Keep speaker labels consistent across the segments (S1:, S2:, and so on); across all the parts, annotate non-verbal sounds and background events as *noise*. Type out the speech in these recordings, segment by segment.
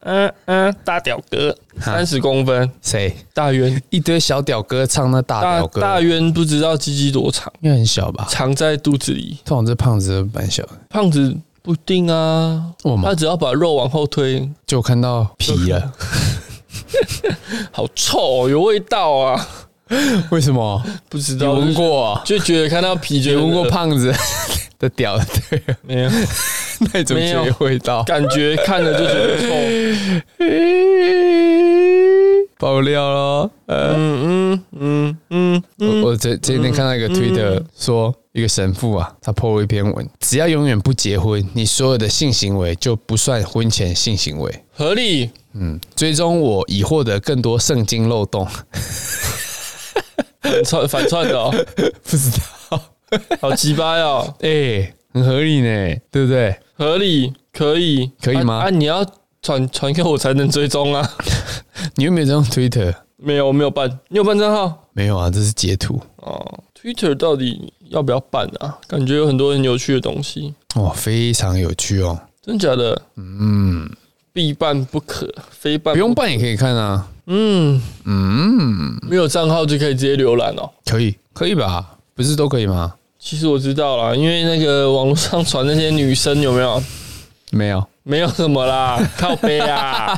S1: 嗯嗯，大屌哥
S2: 哈
S1: 三十公分，
S2: 谁？
S1: 大冤
S2: 一堆小屌哥唱那大
S1: 大
S2: 屌哥，
S1: 大冤不知道鸡鸡多长，
S2: 应该很小吧？
S1: 藏在肚子里。
S2: 通常这胖子都蛮小的，
S1: 胖子不定啊，
S2: 我
S1: 他
S2: 们
S1: 只要把肉往后推，
S2: 就看到皮了。
S1: *laughs* 好臭、哦，有味道啊！
S2: 为什么？
S1: 不知
S2: 你
S1: 道，
S2: 闻
S1: *laughs*
S2: 过啊？
S1: 就觉得看到皮
S2: 你
S1: 就
S2: 闻过胖子 *laughs* 的屌？ *laughs* 对，
S1: 没有？
S2: 那种
S1: 没有
S2: 绝味道。
S1: 感觉看了就觉得臭。
S2: *laughs* 爆料咯，呃，
S1: 嗯嗯嗯嗯嗯，
S2: 我我这这几天看到一个推特说，一个神父啊，他 po 了一篇文，只要永远不结婚，你所有的性行为就不算婚前性行为。
S1: 合理。
S2: 嗯，追踪我以获得更多圣经漏洞， *laughs*
S1: 反串反串的、哦，
S2: *laughs* 不知道，
S1: 好鸡巴哦，
S2: 哎、很合理呢，对不对？
S1: 合理可以
S2: 可以吗
S1: 啊，啊你要传传给我才能追踪啊。
S2: 你有没有这样 Twitter？
S1: 没有，我没有办，你有办账号
S2: 没有啊，这是截图
S1: 哦？Twitter 到底要不要办啊？感觉有很多很有趣的东西，
S2: 哦，非常有趣哦。
S1: 真假的
S2: 嗯，
S1: 必办不可，非办
S2: 不用
S1: 可
S2: 办也可以看啊。
S1: 嗯，
S2: 嗯，
S1: 没有账号就可以直接浏览哦。
S2: 可以，可以吧？不是都可以吗？
S1: 其实我知道啦，因为那个网络上传那些女生有没有？
S2: 没有，
S1: 没有什么
S2: *laughs*
S1: 啦，靠背啊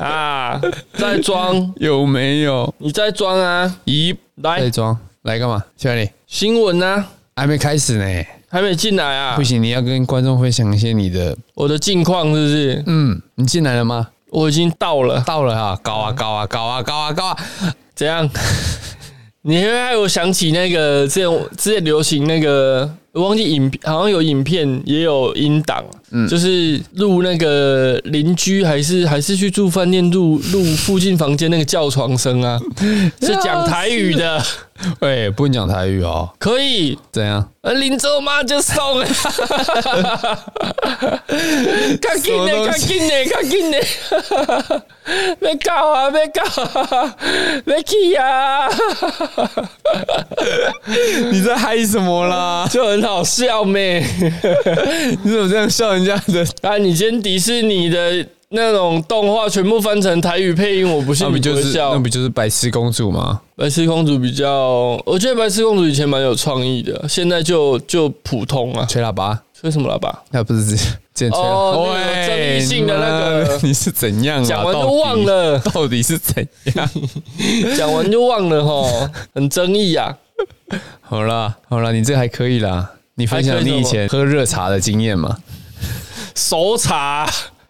S1: 啊，在装，
S2: 有没有？
S1: 你在装啊，
S2: 咦，
S1: 来
S2: 在装来干嘛？去哪里？
S1: 新闻啊，
S2: 哎还没开始呢，
S1: 还没进来啊
S2: 不？行，你要跟观众分享一些你的。
S1: 我的近况是不是？
S2: 嗯，你进来了吗？
S1: 我已经到了，
S2: 到了啊，高啊，高啊，高啊，高啊，高啊！
S1: 怎样？ *laughs* 你会害我想起那个之前之前流行那个，我忘记影好像有影片也有音档，啊
S2: 嗯
S1: 就是录那个邻居还是还是去住饭店录录附近房间那个叫床声
S2: *laughs*
S1: 啊，是讲台语的，
S2: 啊喂，哎不能讲台语哦，
S1: 可以。
S2: 怎样？
S1: 呃，林州妈就送啊
S2: *laughs*
S1: 了，赶紧的，
S2: 什么东
S1: 赶
S2: 西
S1: 紧的，赶紧的， *laughs* 别搞啊，别搞啊，别去啊，
S2: *laughs* 你在嗨什么啦？
S1: 就很好笑咩？
S2: *laughs* 你怎么这样笑人家的？
S1: *laughs* 啊，你今天迪士尼的那种动画全部翻成台语配音，我不信
S2: *laughs* 那
S1: 你
S2: 不
S1: 不
S2: 就
S1: 会
S2: 是
S1: 笑。
S2: 那不就是白痴公主吗？
S1: 白痴公主比较，我觉得白痴公主以前蛮有创意的，现在就就普通啊，
S2: 吹喇叭，
S1: 吹什么喇叭？
S2: 那不是剑吹喇叭
S1: 哦那个有
S2: 喂
S1: 争议性的那个
S2: 妈你是怎样啊？
S1: 讲完
S2: 到
S1: 就
S2: 底
S1: 忘，了。
S2: 到底是怎样？ *laughs*
S1: *laughs* 讲完就忘了吼，很争议啊。
S2: 好啦好啦，你这还可以啦。你分
S1: 还
S2: 享
S1: 可以
S2: 你以前喝热茶的经验吗？
S1: 熟茶， *laughs*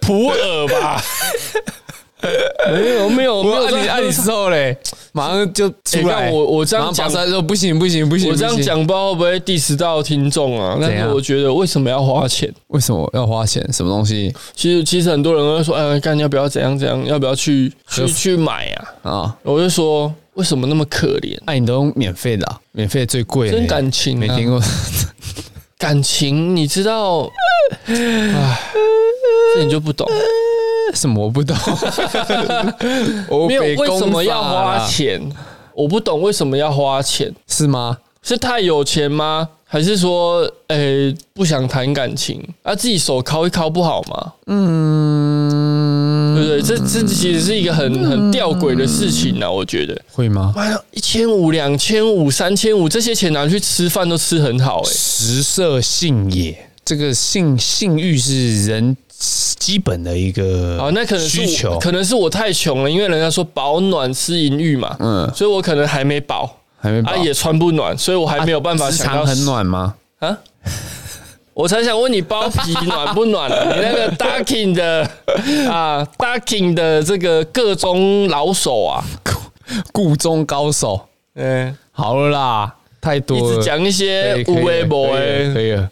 S1: 普洱吧？没有没有没有
S2: 哇，
S1: 在
S2: 你按你
S1: 喝
S2: 之后嘞，马上就
S1: 哎
S2: 出来。
S1: 但我我这样
S2: 马上
S1: 讲
S2: 拔出来说不行不行不行，
S1: 我这样
S2: 不行，
S1: 讲不知道会不会 diss 到听众啊？但
S2: 怎
S1: 是
S2: 样
S1: 我觉得为什么要花钱？
S2: 为什么要花钱？什么东西
S1: 其实其实很多人会说，哎，干要不要怎样怎样？要不要去去
S2: 喝
S1: 去买啊？
S2: 啊？
S1: 我就说为什么那么可怜？
S2: 哎，你都用免费的啊，免费最贵的，
S1: 真感情
S2: 没
S1: 啊，
S2: 听过。
S1: 感情，你知道？哎，这你就
S2: *laughs*
S1: 不懂。
S2: 什么我不懂？
S1: *laughs*
S2: 我
S1: 没有
S2: 北
S1: 为
S2: 公
S1: 什么要
S2: 法啦
S1: 花钱？我不懂为什么要花钱，
S2: 是吗？
S1: 是太有钱吗？还是说，诶、不想谈感情，啊，自己手敲一敲不好吗？
S2: 嗯，
S1: 对不对？这这其实是一个很很吊诡的事情啊，我觉得。
S2: 会吗？
S1: 妈呀，一千五、两千五、三千五，这些钱拿去吃饭都吃很好、欸诶，
S2: 食色性也，这个性性欲是人基本的一个
S1: 好，哦那可能是
S2: 啊需求
S1: 我，。可能是我太穷了，因为人家说保暖思淫欲嘛，
S2: 嗯，
S1: 所以我可能还没保，
S2: 还没
S1: 啊
S2: 饱，
S1: 也穿不暖，所以我还没有办法
S2: 职
S1: 想到
S2: 场很暖吗？
S1: 啊？ *laughs* 我才想问你包皮暖不暖、
S2: *laughs*
S1: 啊？你那个 Ducking 的啊，Ducking 的这个各中老手啊，
S2: 故中高手，
S1: 嗯、
S2: 好了啦，太多
S1: 一
S2: 了，
S1: 直讲一哎
S2: 可
S1: 些
S2: 以可以
S1: 无
S2: 了
S1: 为不
S2: 可以了可
S1: 为，
S2: 以了。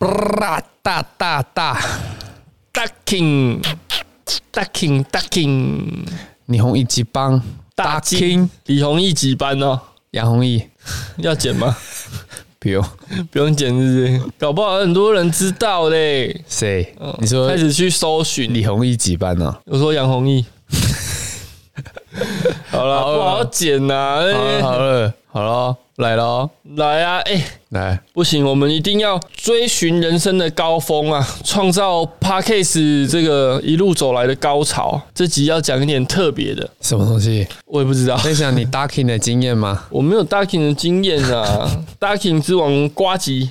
S2: 大大大大，
S1: Ducking Ducking Ducking
S2: 霓虹一级棒，
S1: 大金李弘毅几班哦？
S2: 杨弘毅
S1: *laughs* 要剪吗？
S2: 不用
S1: 不用剪是不是？搞不好很多人知道嘞。
S2: 谁
S1: 嗯？
S2: 你说
S1: 开始去搜寻，
S2: 李弘毅几班呢、
S1: 我说杨弘 *laughs* 毅。好了，不好剪呐、
S2: 好了
S1: 哎
S2: 好了好了，来喽，
S1: 来啊，哎、
S2: 来，
S1: 不行，我们一定要追寻人生的高峰啊，创造 Parkes 这个一路走来的高潮。这集要讲一点特别的，
S2: 什么东 *laughs* 西？
S1: 我也不知道。
S2: 分享你 ducking 的经验吗？
S1: 我没有 Ducking 的经验 *laughs* 啊，Ducking 之王瓜吉，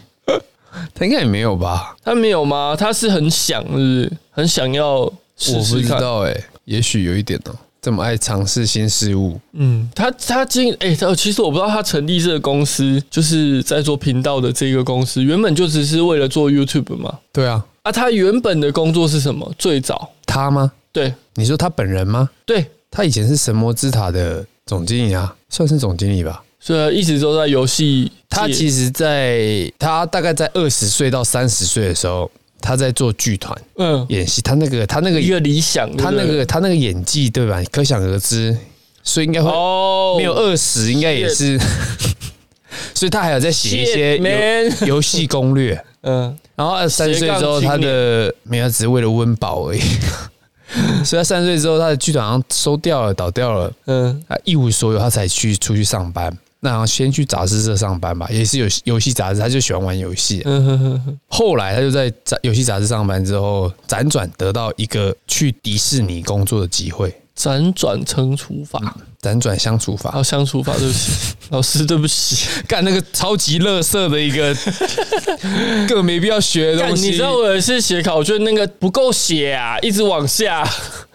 S2: 他应该也没有吧？
S1: 他没有吗？他是很想，是不是很想要
S2: 我
S1: 试
S2: 不
S1: 试
S2: 知
S1: 看。
S2: 道哎、也许有一点哦、这么爱尝试新事物，
S1: 嗯，他他经哎、他其实我不知道他成立这个公司，就是在做频道的这个公司，原本就只是为了做 YouTube 嘛。
S2: 对啊，
S1: 啊，他原本的工作是什么？最早
S2: 他吗？
S1: 对
S2: 你说他本人吗？
S1: 对，
S2: 他以前是神魔之塔的总经理啊，算是总经理吧。
S1: 所以一直都在游戏界。
S2: 他其实在，他大概在二十岁到三十岁的时候，他在做剧团
S1: 嗯
S2: 演戏。他那个，他那个
S1: 一，个理想，
S2: 他
S1: 对
S2: 那
S1: 不对
S2: 个，他那个演技，对吧？可想而知，所以应该会
S1: 哦，
S2: 没有二十，应该也是。 *laughs* 所以他还有在写一
S1: Shit,
S2: 些 *laughs*
S1: man，
S2: 游游戏攻略。
S1: 嗯，
S2: 然后三十岁之后，
S1: 斜
S2: 他
S1: 杠青
S2: 的没有，他只是为了温饱而已。 *laughs* 所以他三十岁之后，他的剧团好像收掉了，倒掉了。
S1: 嗯
S2: 他一无所有，他才去出去上班。那先去杂志社上班吧，也是有游戏杂志，他就喜欢玩游戏。
S1: 嗯哼哼哼，
S2: 后来他就在杂游戏杂志上班之后，辗转得到一个去迪士尼工作的机会，
S1: 辗转乘除法，
S2: 辗转相处法
S1: 还。有相除法，对不起，老师，对不起。
S2: 干那个超级乐色的一 *laughs* 个，根本没必要学的
S1: 干
S2: 东西。
S1: 你知道我有一次写考卷那个不够写啊，一直往
S2: *laughs*
S1: 下。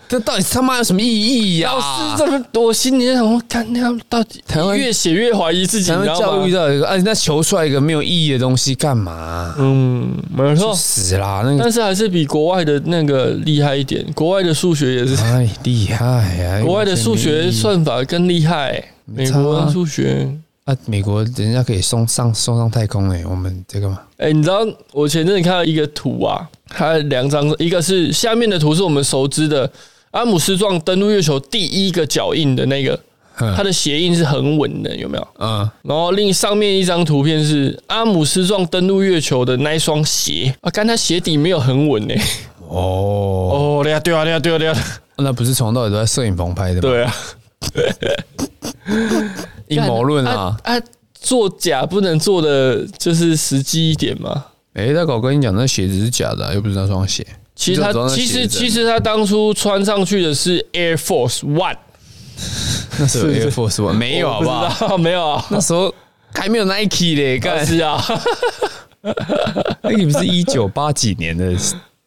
S2: 这到底他妈有什么意义啊呀、
S1: 老师这么多，我心里在想说，干那样到底
S2: 台湾
S1: 越写越怀疑自己，
S2: 咱
S1: 你
S2: 们
S1: 知道
S2: 教育
S1: 吗？
S2: 到一个，哎而且那求出来一个没有意义的东西干嘛、
S1: 嗯，没
S2: 去
S1: 错，
S2: 死啦！那个
S1: 但是还是比国外的那个厉害一点。国外的数学也是，
S2: 哎厉害呀、
S1: 国外的数
S2: 完全没
S1: 学
S2: 意义
S1: 算法更厉害、美国的数学。
S2: 啊，美国人家可以送上送上太空哎、我们这个嘛，
S1: 哎、你知道我前阵子看到一个图啊，它两张，一个是下面的图是我们熟知的阿姆斯壮登陆月球第一个脚印的那个，它
S2: 嗯
S1: 的鞋印是很稳的，有没有？
S2: 嗯，
S1: 然后另上面一张图片是阿姆斯壮登陆月球的那一双鞋啊，看他鞋底没有很
S2: *laughs*
S1: 稳呢、哦，
S2: 哦，
S1: 对啊，对啊，对啊，对啊，对啊，
S2: 那不是从头到尾都在摄影棚拍的吗？
S1: 对啊，
S2: 阴谋论啊！
S1: 啊，做假不能做的就是实际一点嘛。
S2: 哎、大狗跟你讲，那鞋子是假的啊、又不是那双鞋。
S1: 其实
S2: 你怎
S1: 他
S2: 么知道那
S1: 其实
S2: 鞋是真的
S1: 其实他当初穿上去的是 Air Force One，
S2: 那时候 Air Force One 没哦有好
S1: 我
S2: 不好？
S1: 知道 *laughs* 没有
S2: *laughs*
S1: 啊？
S2: 那时候还没有 Nike *laughs* 嘞，干
S1: 是啊，
S2: Nike 不是一九八几年的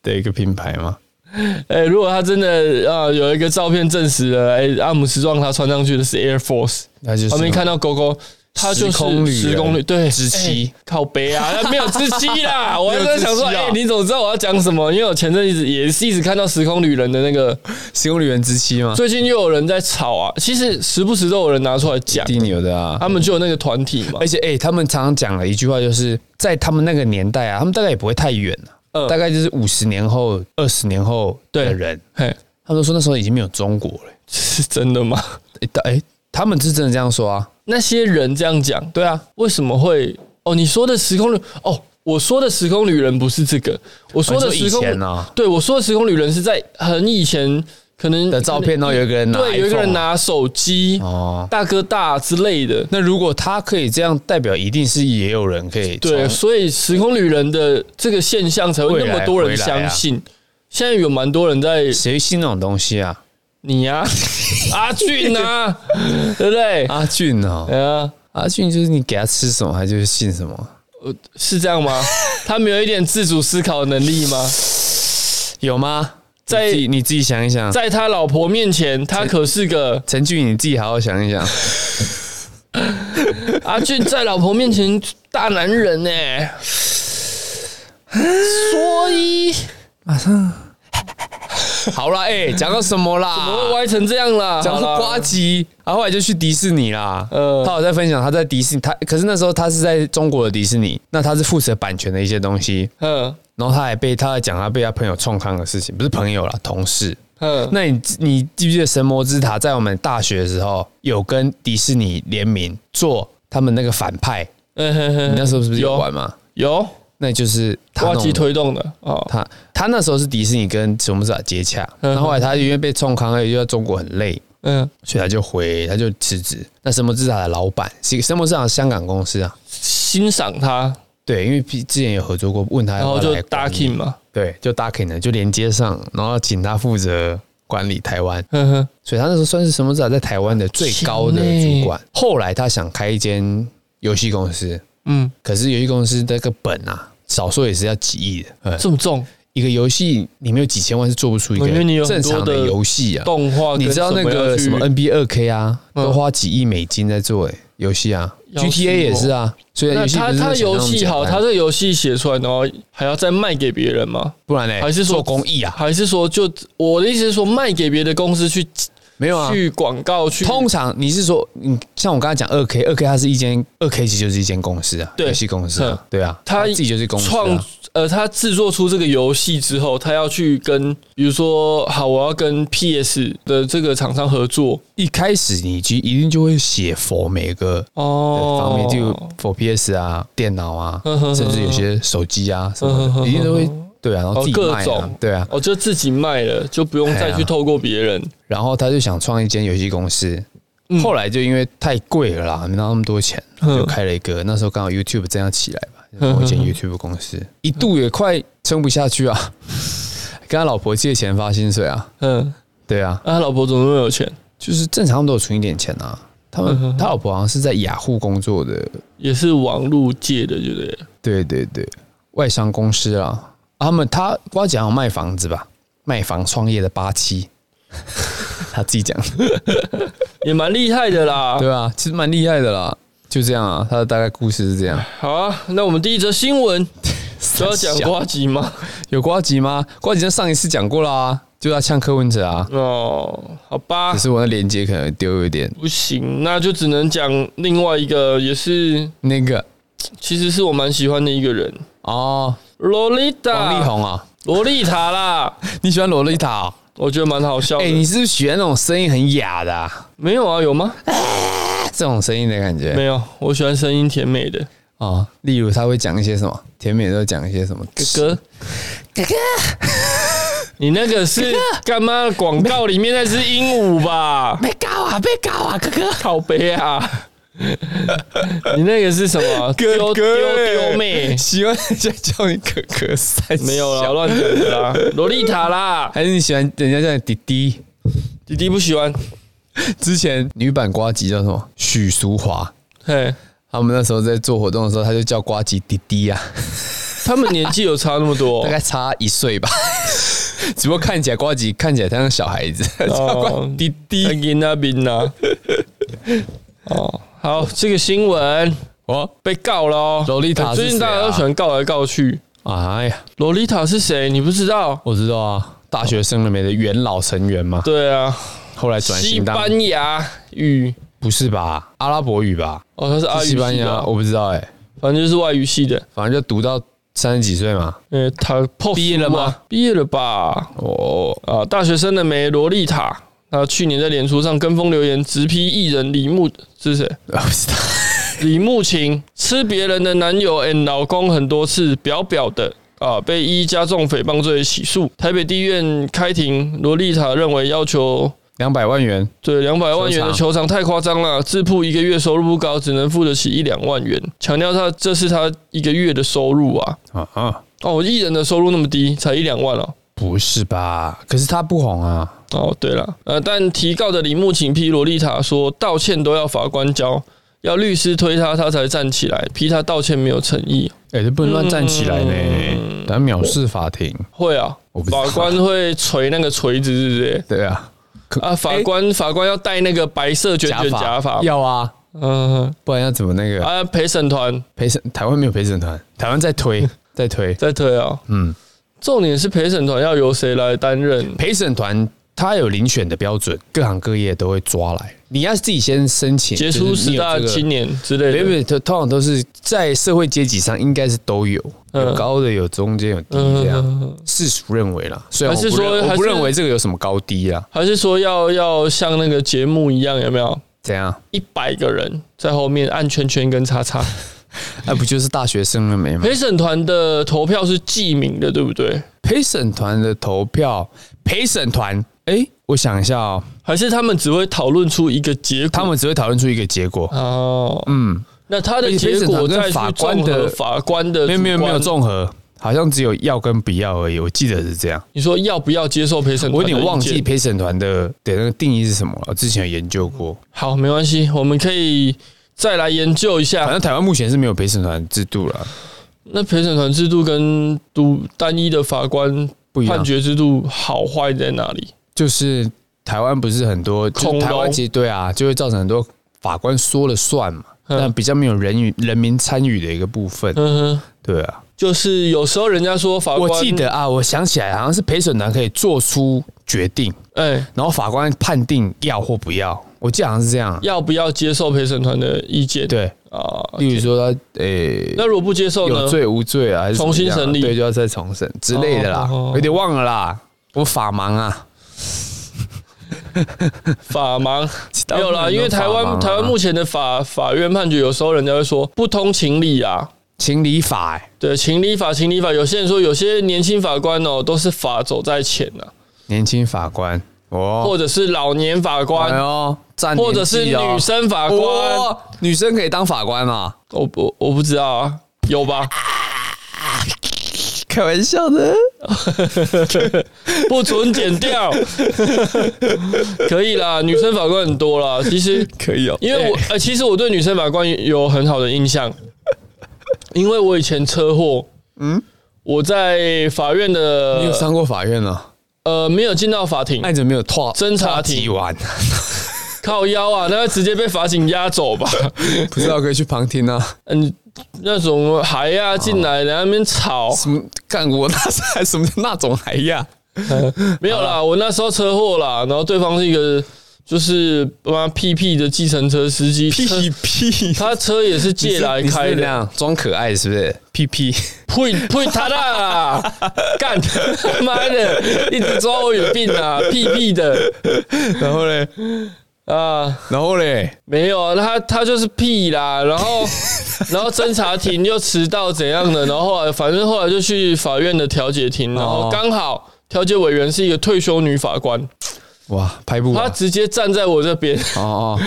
S2: 的一个品牌吗？
S1: *laughs* 哎、如果他真的啊有一个照片证实了，哎、阿姆斯壮他穿上去的是 Air Force，
S2: 那就是啊
S1: 旁边看到狗狗，它就是
S2: 时空旅人
S1: 时空旅对
S2: 知妻
S1: 哎靠北啊，
S2: *laughs*
S1: 它没有知妻啦。我还在想说，
S2: 没有知妻啊
S1: 哎、你怎么知道我要讲什么？因为我前阵一直也是一直看到时空旅人的那
S2: *laughs*
S1: 个，
S2: 使用旅人之妻吗？
S1: 最近又有人在炒啊。其实时不时都有人拿出来讲，
S2: 一定有的啊
S1: 他。们就有那个团体嘛
S2: 而，且哎、欸他们常常讲的一句话就是，在他们那个年代啊，他们大概也不会太远了、
S1: 嗯
S2: 大概就是五十年后、二十年后的人，
S1: 嘿，
S2: 他们都说那时候已经没有中国了、
S1: 是真的吗？
S2: 欸。大欸他们是真的这样说啊？
S1: 那些人这样讲，
S2: 对啊，
S1: 为什么会？哦，你说的时空旅哦，我说的时空旅人不是这个，我说的
S2: 哦你
S1: 时
S2: 说
S1: 空
S2: 以前啊
S1: 对我说的时空旅人是在很以前可能呃
S2: 的照片，然后有一个人拿 iPhone 啊，
S1: 对，有一个人拿手机，
S2: 哦。
S1: 大哥大之类的。
S2: 那如果他可以这样，代表一定是也有人可以
S1: 对，
S2: 从
S1: 所以时空旅人的这个现象才会那
S2: 未
S1: 么
S2: 来
S1: 多人
S2: 回来啊
S1: 相信。现在有蛮多人在
S2: 谁信那种东西啊？
S1: 你
S2: *laughs*
S1: 呀、阿俊啊，对不对？
S2: 阿俊哦，
S1: 哎呀，
S2: 阿俊就是你给他吃什么，他就是信什么。
S1: 是这样吗？他没有一点自主思考的能力吗？
S2: 有吗？
S1: 在
S2: 你自己你自己想一
S1: *laughs*
S2: 想，
S1: 在他老婆面前，他可是
S2: *laughs*
S1: 个
S2: 陈俊，你自己好好想一想。
S1: 阿俊，在老婆面前大男人呢、所以
S2: *laughs* 好啦，哎、讲到什
S1: 怎
S2: 么
S1: 么会
S2: 啦？
S1: 歪成这样啦？
S2: 讲
S1: 好
S2: 到
S1: 啦
S2: 瓜吉，然后后来就去迪士尼啦。
S1: 嗯
S2: 他有在分享他在迪士尼，他可是那时候他是在中国的迪士尼，那他是负责版权的一些东西，
S1: 嗯
S2: 然后他还被他还讲他被他朋友冲康的事情，不是朋友啦，同事。
S1: 嗯，
S2: 那你你记不记得神魔之塔在我们大学的时候有跟迪士尼联名做他们那个反派
S1: 嗯哼
S2: 你那
S1: 哼，
S2: 时候是不是有玩嘛？
S1: 有
S2: 那就是他
S1: 挖机
S2: 弄的。
S1: 推动的哦，
S2: 他他那时候是迪士尼跟什么啊接洽，然后后来他因为被冲康，又在中国很累，
S1: 嗯，
S2: 所以他就回，他就辞职。那神魔之塔的老板是一个神魔之塔的香港公司啊，
S1: 欣赏它，
S2: 对，因为之之前有合作过，问他
S1: 然
S2: 要
S1: 后
S2: 不要
S1: 就
S2: 哎来
S1: 搭
S2: 管理
S1: king 嘛，
S2: 对，就搭 King 的就连接上，然后请他负责管理台湾，
S1: 哼哼，
S2: 所以他那时候算是神魔之塔在台湾的最高的
S1: 欸
S2: 主管。后来他想开一间游戏公司，
S1: 嗯，
S2: 可是游戏公司那个本啊，少说也是要几亿的，嗯，
S1: 这么重，
S2: 一个游戏里面有几千万是做不出一
S1: 因为你有
S2: 个
S1: 很
S2: 正
S1: 多
S2: 常的
S1: 的
S2: 游戏啊。
S1: 动画
S2: 你
S1: 跟
S2: 知道那
S1: 要
S2: 个
S1: 去
S2: 什么 NBA 二 K 啊，
S1: 嗯
S2: 都花几亿美金在做诶、游戏啊
S1: 要死
S2: ，GTA 也是啊，所以
S1: 那
S2: 游戏
S1: 他
S2: 不是
S1: 他游戏好，他
S2: 是
S1: 这游戏写出来，然后还要再卖给别人吗？
S2: 不然呢、
S1: 还是说
S2: 做公益啊？
S1: 还是说就，我的意思是说，卖给别的公司去、
S2: 没有啊。
S1: 去广告去？
S2: 通常你是说，你像我刚才讲二 K，二 K 它是一间二 K 其实就是一间公司啊，
S1: 对
S2: 游戏公司啊，对啊，
S1: 它
S2: 它自己就是公司、啊，
S1: 创呃，他制作出这个游戏之后，他要去跟，比如说，好，我要跟 PS 的这个厂商合作
S2: 一开始你就一定就会写 for 每个的
S1: 哦，嗯
S2: 方面，就 for PS 啊、电脑啊
S1: 呵呵呵，
S2: 甚至有些手机啊什
S1: 呵呵
S2: 么
S1: 呵
S2: 的，一定都会对啊，然后自己
S1: 嗯哦各
S2: 卖啊
S1: 种，
S2: 对啊，
S1: 哦，就自己卖了，就不用再
S2: 哎
S1: 去
S2: 呀
S1: 透过别人。
S2: 然后他就想创一间游戏公司，
S1: 嗯
S2: 后来就因为太贵了啦，没拿那么多钱，
S1: 嗯
S2: 就开了一个。那时候刚好 YouTube 这样起来吧，然后一间 YouTube 公司，一度也快撑不下去
S1: *laughs*
S2: 啊，跟他老婆借钱发薪水啊，
S1: 嗯，
S2: 对啊，
S1: 啊，他老婆怎么那么有钱？
S2: 就是正常他们都有存一点钱啊。他
S1: 嗯嗯
S2: 们
S1: 嗯
S2: 他老婆好像是在雅虎工作的，
S1: 也是网络界的，对不对？
S2: 对对对，外商公司啊，他们他我讲有卖房子吧，卖房创业的八 *laughs* 七，他自己讲。
S1: 也蛮厉害的啦。
S2: 对啊，其实蛮厉害的啦。就这样啊，他的大概故事是这 *laughs* 样。
S1: 好啊，那我们第一则新闻主要讲瓜吉吗？
S2: 有瓜吉吗？瓜吉在上一次讲过啦、就他呛柯文哲啊。
S1: 哦，好吧
S2: 只，是我的链接可能丢一点。
S1: 不行，那就只能讲另外一个，也是
S2: 那个
S1: 其实是我蛮喜欢的一个人，
S2: 哦，
S1: 洛丽
S2: 王力
S1: 塔，
S2: 宏啊，
S1: 洛丽塔啦，
S2: *laughs* 你喜欢萝莉塔、哦？
S1: 我觉得蛮好笑
S2: 哎、
S1: 的。
S2: 你是不是喜欢那种声音很哑的、啊，
S1: 没有啊？有吗？
S2: 哎这种声音的感觉
S1: 没有，我喜欢声音甜美的
S2: 哦？例如他会讲一些什么，甜美都讲一些什么
S1: 哥哥。哥哥， *laughs* 你那个是干嘛？广告里面那只鹦鹉吧？
S2: 被告啊，被告啊，哥哥。
S1: 靠背啊！ *laughs* 你那个是什么？
S2: 哥
S1: 丢
S2: 哥
S1: 丢
S2: 欸
S1: 丢妹？
S2: 喜欢人家叫你哥哥三小，
S1: 没有啦，乱讲的啦，洛丽塔啦，
S2: 还是你喜欢人家叫你弟弟？
S1: 弟弟不喜欢。
S2: 之前女版瓜吉叫什么？许淑华。
S1: 嘿，
S2: 他们那时候在做活动的时候，他就叫瓜吉弟弟啊，
S1: 他们年纪有差那么多
S2: *laughs* 大概差一岁吧。 *laughs* 只不过看起来瓜吉看起来他像小孩子，
S1: *laughs*
S2: 叫瓜
S1: 哦，
S2: 弟弟。
S1: 在那边呐。 *laughs* 哦，好，这个新闻
S2: *laughs* 哦，
S1: 被告喽。
S2: 洛丽塔是谁啊
S1: 最近大家都喜欢告来告去。
S2: 哎呀，
S1: 洛丽塔是谁？你不知道？
S2: 我知道啊，大学生了没的元老成员嘛，
S1: 对啊，
S2: 后来转
S1: 西
S2: 型当
S1: 班牙语。
S2: 不是吧？阿拉伯语吧？
S1: 哦，他是阿语
S2: 是西
S1: 系
S2: 班
S1: 的
S2: 牙，
S1: 啊，
S2: 我不知道哎、
S1: 反正就是外语系的。
S2: 反正就读到三十几岁嘛。 *laughs*
S1: 呃，他
S2: 毕业了吗？
S1: 毕业了吧？
S2: 哦，
S1: 啊，大学生的梅罗丽塔，那去年在脸书上跟风留言，直批艺人李木是谁？
S2: 我不知道。
S1: 李木琴吃别人的男友 and 老公很多次，表表的啊，被依加重诽谤罪起诉。台北地院开庭，罗丽塔认为要求。
S2: 两百万元，
S1: 对，两百万元的球场太夸张了，自曝一个月收入不高，只能付得起一两万元，强调他这是他一个月的收入啊。
S2: 啊啊，
S1: 哦，艺人的收入那么低，才一两万哦。
S2: 不是吧？可是他不红啊，
S1: 哦，对了，呃，但提告的李木请批罗丽塔说，道歉都要法官教，要律师推他，他才站起来，批他道歉没有诚意。
S2: 哎、这不能乱站起来
S1: 嗯
S2: 呢，咱、藐视法庭。
S1: 会啊
S2: 我，不知道
S1: 法官会锤那个锤子，是不是？
S2: 对啊，
S1: 啊，法官、法官要戴那个白色卷卷假发，
S2: 要啊，
S1: 嗯，
S2: 不然要怎么那个
S1: 啊，陪审团
S2: 陪审？台湾没有陪审团，台湾
S1: *laughs*
S2: 在推在推，
S1: 再推啊。
S2: 嗯，
S1: 重点是陪审团要由谁来担任？
S2: 陪审团它有遴选的标准，各行各业都会抓来。你要自己先申请，
S1: 杰
S2: 就
S1: 出
S2: 是
S1: 十
S2: 你有
S1: 大
S2: 这个
S1: 青年之类
S2: 没有
S1: 的。
S2: 没有，通通常都是在社会阶级上应该是都有，
S1: 嗯
S2: 有高的，有中间，有低这样。
S1: 嗯，
S2: 世俗认为啦，虽然我
S1: 还是
S2: 不
S1: 说
S2: 认
S1: 还是
S2: 我不认为这个有什么高低啊啦，
S1: 还是说要要像那个节目一样，有没有？
S2: 怎样？嗯
S1: 一百个人在后面按圈圈跟叉叉，
S2: 那不就是大学生了没吗？
S1: 陪审团的投票是记名的，对不对？
S2: 陪审团的投票，陪审团，哎，我想一下哦，
S1: 还是他们只会讨论出一个结果？
S2: 他们只会讨论出一个结果，
S1: 哦，
S2: 嗯，
S1: 那他的
S2: 而且陪
S1: 结
S2: 审
S1: 果
S2: 团跟
S1: 再去
S2: 法官
S1: 综合
S2: 的
S1: 法官的
S2: 没有没有
S1: 主
S2: 没
S1: 观
S2: 有综合，好像只有要跟不要而已，我记得是这样。
S1: 你说要不要接受陪审？
S2: 我有点忘记。陪审团的的那个定义是什么了，我之前有研究过。
S1: 好，没关系，我们可以再来研究一
S2: 反
S1: 下。
S2: 正台湾目前是没有陪审团制度了，
S1: 那陪审团制度跟独单一的法官
S2: 不一样
S1: 判。决制度好坏在哪里？
S2: 就是台湾不是很多，就
S1: 恐
S2: 是
S1: 龙
S2: 台湾其实对啊，就会造成很多法官说了算嘛，
S1: 嗯
S2: 但比较没有人与人民参与的一个部分。
S1: 嗯哼，
S2: 对啊，
S1: 就是有时候人家说法官，
S2: 我记，得啊，我想起来好像是陪审团可以做出决定，
S1: 哎、
S2: 然后法官判定要或不要，我记得好像是这样。啊
S1: 要不要接受陪审团的意见？
S2: 对，
S1: 啊，
S2: 例如说他诶、
S1: 那如果不接受呢
S2: 有？罪无罪啊，还是
S1: 重新
S2: 怎么样
S1: 审
S2: 啊
S1: 理
S2: 对，就要再重审之类的啦，
S1: 哦哦哦
S2: 有点忘了啦，我法盲啊，
S1: 法
S2: *laughs*
S1: 盲没有啦，因为台
S2: 法盲
S1: 湾
S2: 啊
S1: 台湾目前的法法院判决，有时候人家会说不通情理啊。
S2: 情理法、欸，
S1: 对，情理法，情理法。有些人说，有些年轻法官哦，都是法走在前呐、
S2: 年轻法官哦，
S1: 或者是老年法
S2: 哎
S1: 官，
S2: 呦，占
S1: 或者是
S2: 年纪哦
S1: 女生法官。
S2: 哇，女生可以当法官啊？
S1: 我我我不知道啊，有吧？
S2: 开玩笑的，
S1: 不准剪掉， *laughs* 可以啦。女生法官很多啦，其实
S2: 可以哦
S1: 因为我、呃，其实我对女生法官有很好的印象，因为我以前车祸，嗯
S2: 嗯，
S1: 我在法院
S2: 你有
S1: 的
S2: 上过哎法院啊了，
S1: 呃没有进到法庭，
S2: 案子没有拓
S1: 侦查庭
S2: 提完，
S1: 靠腰啊，那直接被法警押走吧。
S2: *laughs* 不知道可以去旁听啊？
S1: 嗯，那种孩呀进来，然后那边吵，
S2: 什么？干我那时还什么那种还呀？啊
S1: 没有啦，我那时候车祸啦，然后对方是一个就是妈屁屁的计程车司机，车
S2: 屁！
S1: 他车也是借来开的，
S2: 样装可爱是不是？屁屁，
S1: 呸呸他啦， *laughs* 干妈的，一直抓我有病啊，屁屁的
S2: *laughs* 然后嘞，
S1: 啊，
S2: 然后嘞，
S1: 没有啊，他他就是屁啦，然
S2: *laughs*
S1: 后然后侦查庭又迟到怎样的，然后后来反正后来就去法院的调解庭，然后
S2: 哦
S1: 刚好调解委员是一个退休女法官，
S2: 哇，拍不
S1: 她
S2: 完
S1: 直接站在我这边，
S2: 哦哦，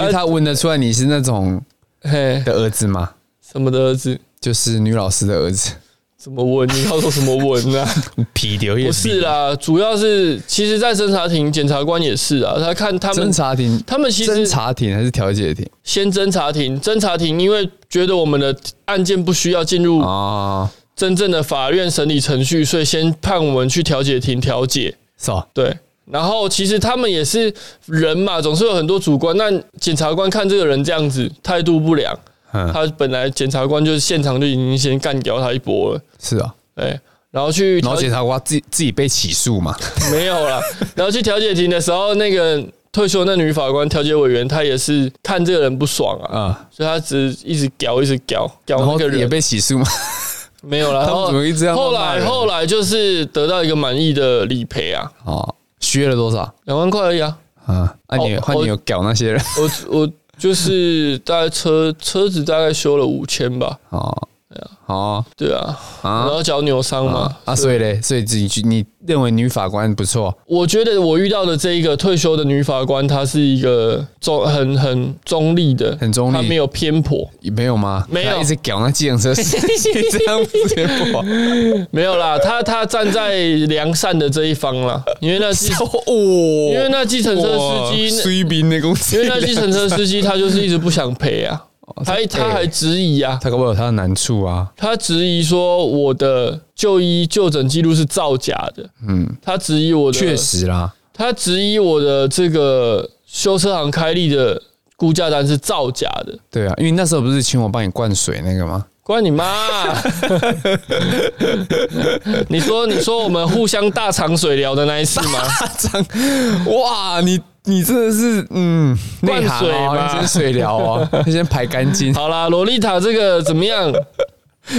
S2: 因为他闻得出来你是那种
S1: *laughs* 嘿，
S2: 的儿子嘛，
S1: 什么的儿子。
S2: 就是女老师的儿子，
S1: 怎么闻？你告诉我什么闻啊？
S2: 皮流 *laughs* 也
S1: 不是啦，主要是其实，在侦查庭，检察官也是啊，他看他们
S2: 侦，查庭，
S1: 他们其实
S2: 侦查庭还是调解庭
S1: 先侦查庭，侦查庭因为觉得我们的案件不需要进入
S2: 哦，
S1: 真正的法院审理程序，所以先判我们去调解庭调解。
S2: 是哦吧？
S1: 对，然后其实他们也是人嘛，总是有很多主观。那检察官看这个人这样子态度不良，
S2: 嗯，
S1: 他本来检察官就是现场就已经先干掉他一波了，
S2: 是啊。
S1: 对，然后去
S2: 然
S1: 调
S2: 后检察官自己自己被起诉嘛，
S1: *laughs* 没有啦。然后去调解庭的时候，那个退休的那女法官调解委员，她也是看这个人不爽啊，
S2: 啊，
S1: 所以她只一直屌，一直屌，屌
S2: 然
S1: 那
S2: 后
S1: 个
S2: 也
S1: 人。
S2: 被起诉嘛，
S1: 没有啦，
S2: 他
S1: 然
S2: 们
S1: 后
S2: 怎么会这样
S1: 后
S2: 骂
S1: 来
S2: 人
S1: 后来就是得到一个满意的理赔啊，
S2: 哦，削了多少
S1: 两万块而已啊。
S2: 啊？那你
S1: 哦
S2: 换
S1: 我
S2: 你有搞那些人
S1: 我我就是大概车车子大概修了五千吧，
S2: 哦，哦
S1: 对啊，然
S2: 啊
S1: 后脚扭伤嘛
S2: 啊。啊！所以嘞，所以自己去，你认为女法官不错
S1: 我觉得我遇到的这一个退休的女法官，她是一个中很很中立的，
S2: 很中立
S1: 她没有偏颇。
S2: 没有吗？
S1: 没有
S2: 她一直搞那计程车司
S1: *laughs*
S2: 机，这样不结果
S1: 没有啦，他他站在良善的这一方啦，因为那计，因为
S2: 哦，
S1: 那计程车司
S2: 哇
S1: 机，
S2: 水兵的公
S1: 因
S2: 司，
S1: 为那计程车司机他就是一直不想赔啊，他他还
S2: 哎
S1: 质疑啊，
S2: 他搞不好有他的难处啊，
S1: 他质疑说我的就医就诊记录是造假的，
S2: 嗯，
S1: 他质疑我的，
S2: 确，实啦，
S1: 他质疑我的这个修车行开立的估价单是造假的，
S2: 对啊，因为那时候不是请我帮你灌水那个吗？
S1: 关你妈、
S2: *laughs*
S1: 你说你说我们互相大长水聊的那一次吗？
S2: 张， *laughs* 哇，你你真的是嗯
S1: 灌
S2: 内行
S1: 水
S2: 哦，
S1: 吧
S2: 你真是水疗哦，要先排
S1: *laughs*
S2: 干净。
S1: 好啦，洛丽塔这个怎么
S2: *laughs*
S1: 样？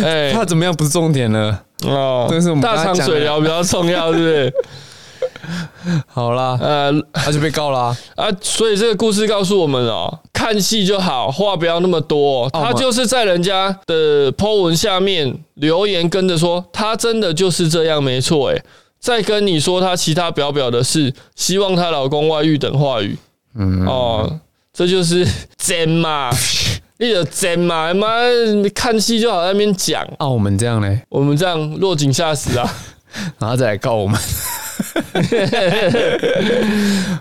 S1: 哎、
S2: 他怎么样不是重点了。
S1: 哦
S2: 这是我们刚
S1: 大
S2: 刚
S1: 肠
S2: 讲的
S1: 水疗比较重要，是不
S2: *laughs*
S1: 呃是？
S2: 好啦，
S1: 呃
S2: *laughs* 他就被告啦。
S1: 啊，所以这个故事告诉我们哦，看看戏就好，话不要那么多、
S2: 哦
S1: 他就是在人家的 po 文下面留言跟着说，他真的就是这样，没错。诶，再跟你说他其他表表的事，希望她老公外遇等话语。嗯，哦，这就是 *laughs* 真
S2: *laughs*
S1: 嘛，你就真嘛，妈看戏就好，在那边讲。
S2: 啊，我们这样嘞，
S1: 我们这样落井下石
S2: *laughs*
S1: 啊？
S2: 然后再来告我们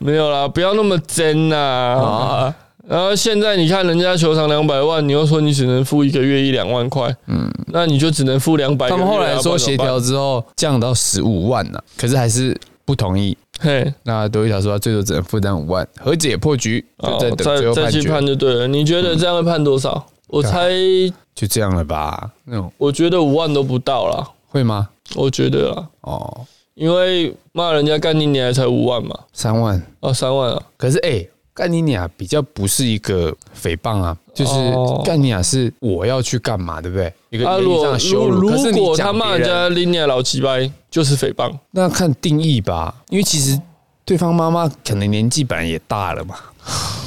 S1: 没有啦，不要那么真呐、
S2: 啊，
S1: 然后现在你看人家球场两百万，你又说你只能付一个月一两万块，嗯，那你就只能付两百。
S2: *laughs*
S1: 啊
S2: 他们后来说协调，之后降到十五万了、可是还是不同意。
S1: 嘿，
S2: 那德一条说他最多只能负担五万，和解破局，就
S1: 哦
S2: 在等最
S1: 再
S2: 后
S1: 再
S2: 判
S1: 去判
S2: 决，嗯
S1: 就对了。你觉得这样会判多少？我猜，
S2: 就这样了吧？那种
S1: 我觉得五万都不到啦，
S2: 会吗？
S1: 我觉得啦，
S2: 哦，
S1: 因为骂人家干你娘才五万嘛，
S2: 三万。
S1: 哦，三万啊，
S2: 可是哎、干你俩比较不是一个诽谤啊，就是
S1: 哦
S2: 干你俩是我要去干嘛，对不对？一个
S1: 啊，
S2: 言
S1: 如
S2: 语上
S1: 果
S2: 的羞
S1: 如
S2: 辱。可
S1: 如
S2: 是你
S1: 果
S2: 讲
S1: 他骂
S2: 别
S1: 人家
S2: 人，
S1: 你娘老鸡掰，就是诽谤。
S2: 那看定义吧，因为其实对方妈妈可能年纪本来也大了嘛。 *laughs*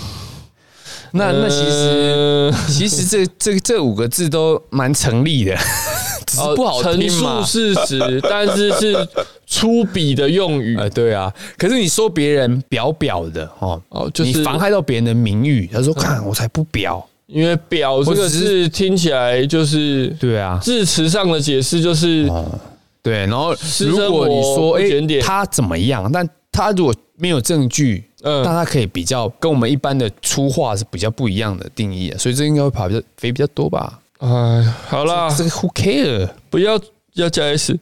S2: 那啊那其实、
S1: 呃
S2: 其实这这这五个字都蛮成立的， *laughs* 只是不好
S1: 哦陈
S2: 听
S1: 述
S2: 嘛。
S1: 事实，但是是粗鄙的用语。
S2: 呃，对啊，可是你说别人表表的哦，
S1: 哦，就是
S2: 你妨害到别人的名誉，他说看我才不表，
S1: 因为“表”这
S2: 我
S1: 个
S2: 只
S1: 字听起来就是
S2: 对啊，
S1: 字词上的解释，就是
S2: 对，然后
S1: 私
S2: 如
S1: 生
S2: 果你
S1: 活不
S2: 说，哎、
S1: 检点
S2: 他怎么样？但他如果没有证据，那
S1: 嗯，
S2: 他可以比较跟我们一般的粗话是比较不一样的定义的，啊所以这应该会跑比较肥比较多吧？
S1: 哎，好啦，
S2: 这个 who care？
S1: 不要要加 S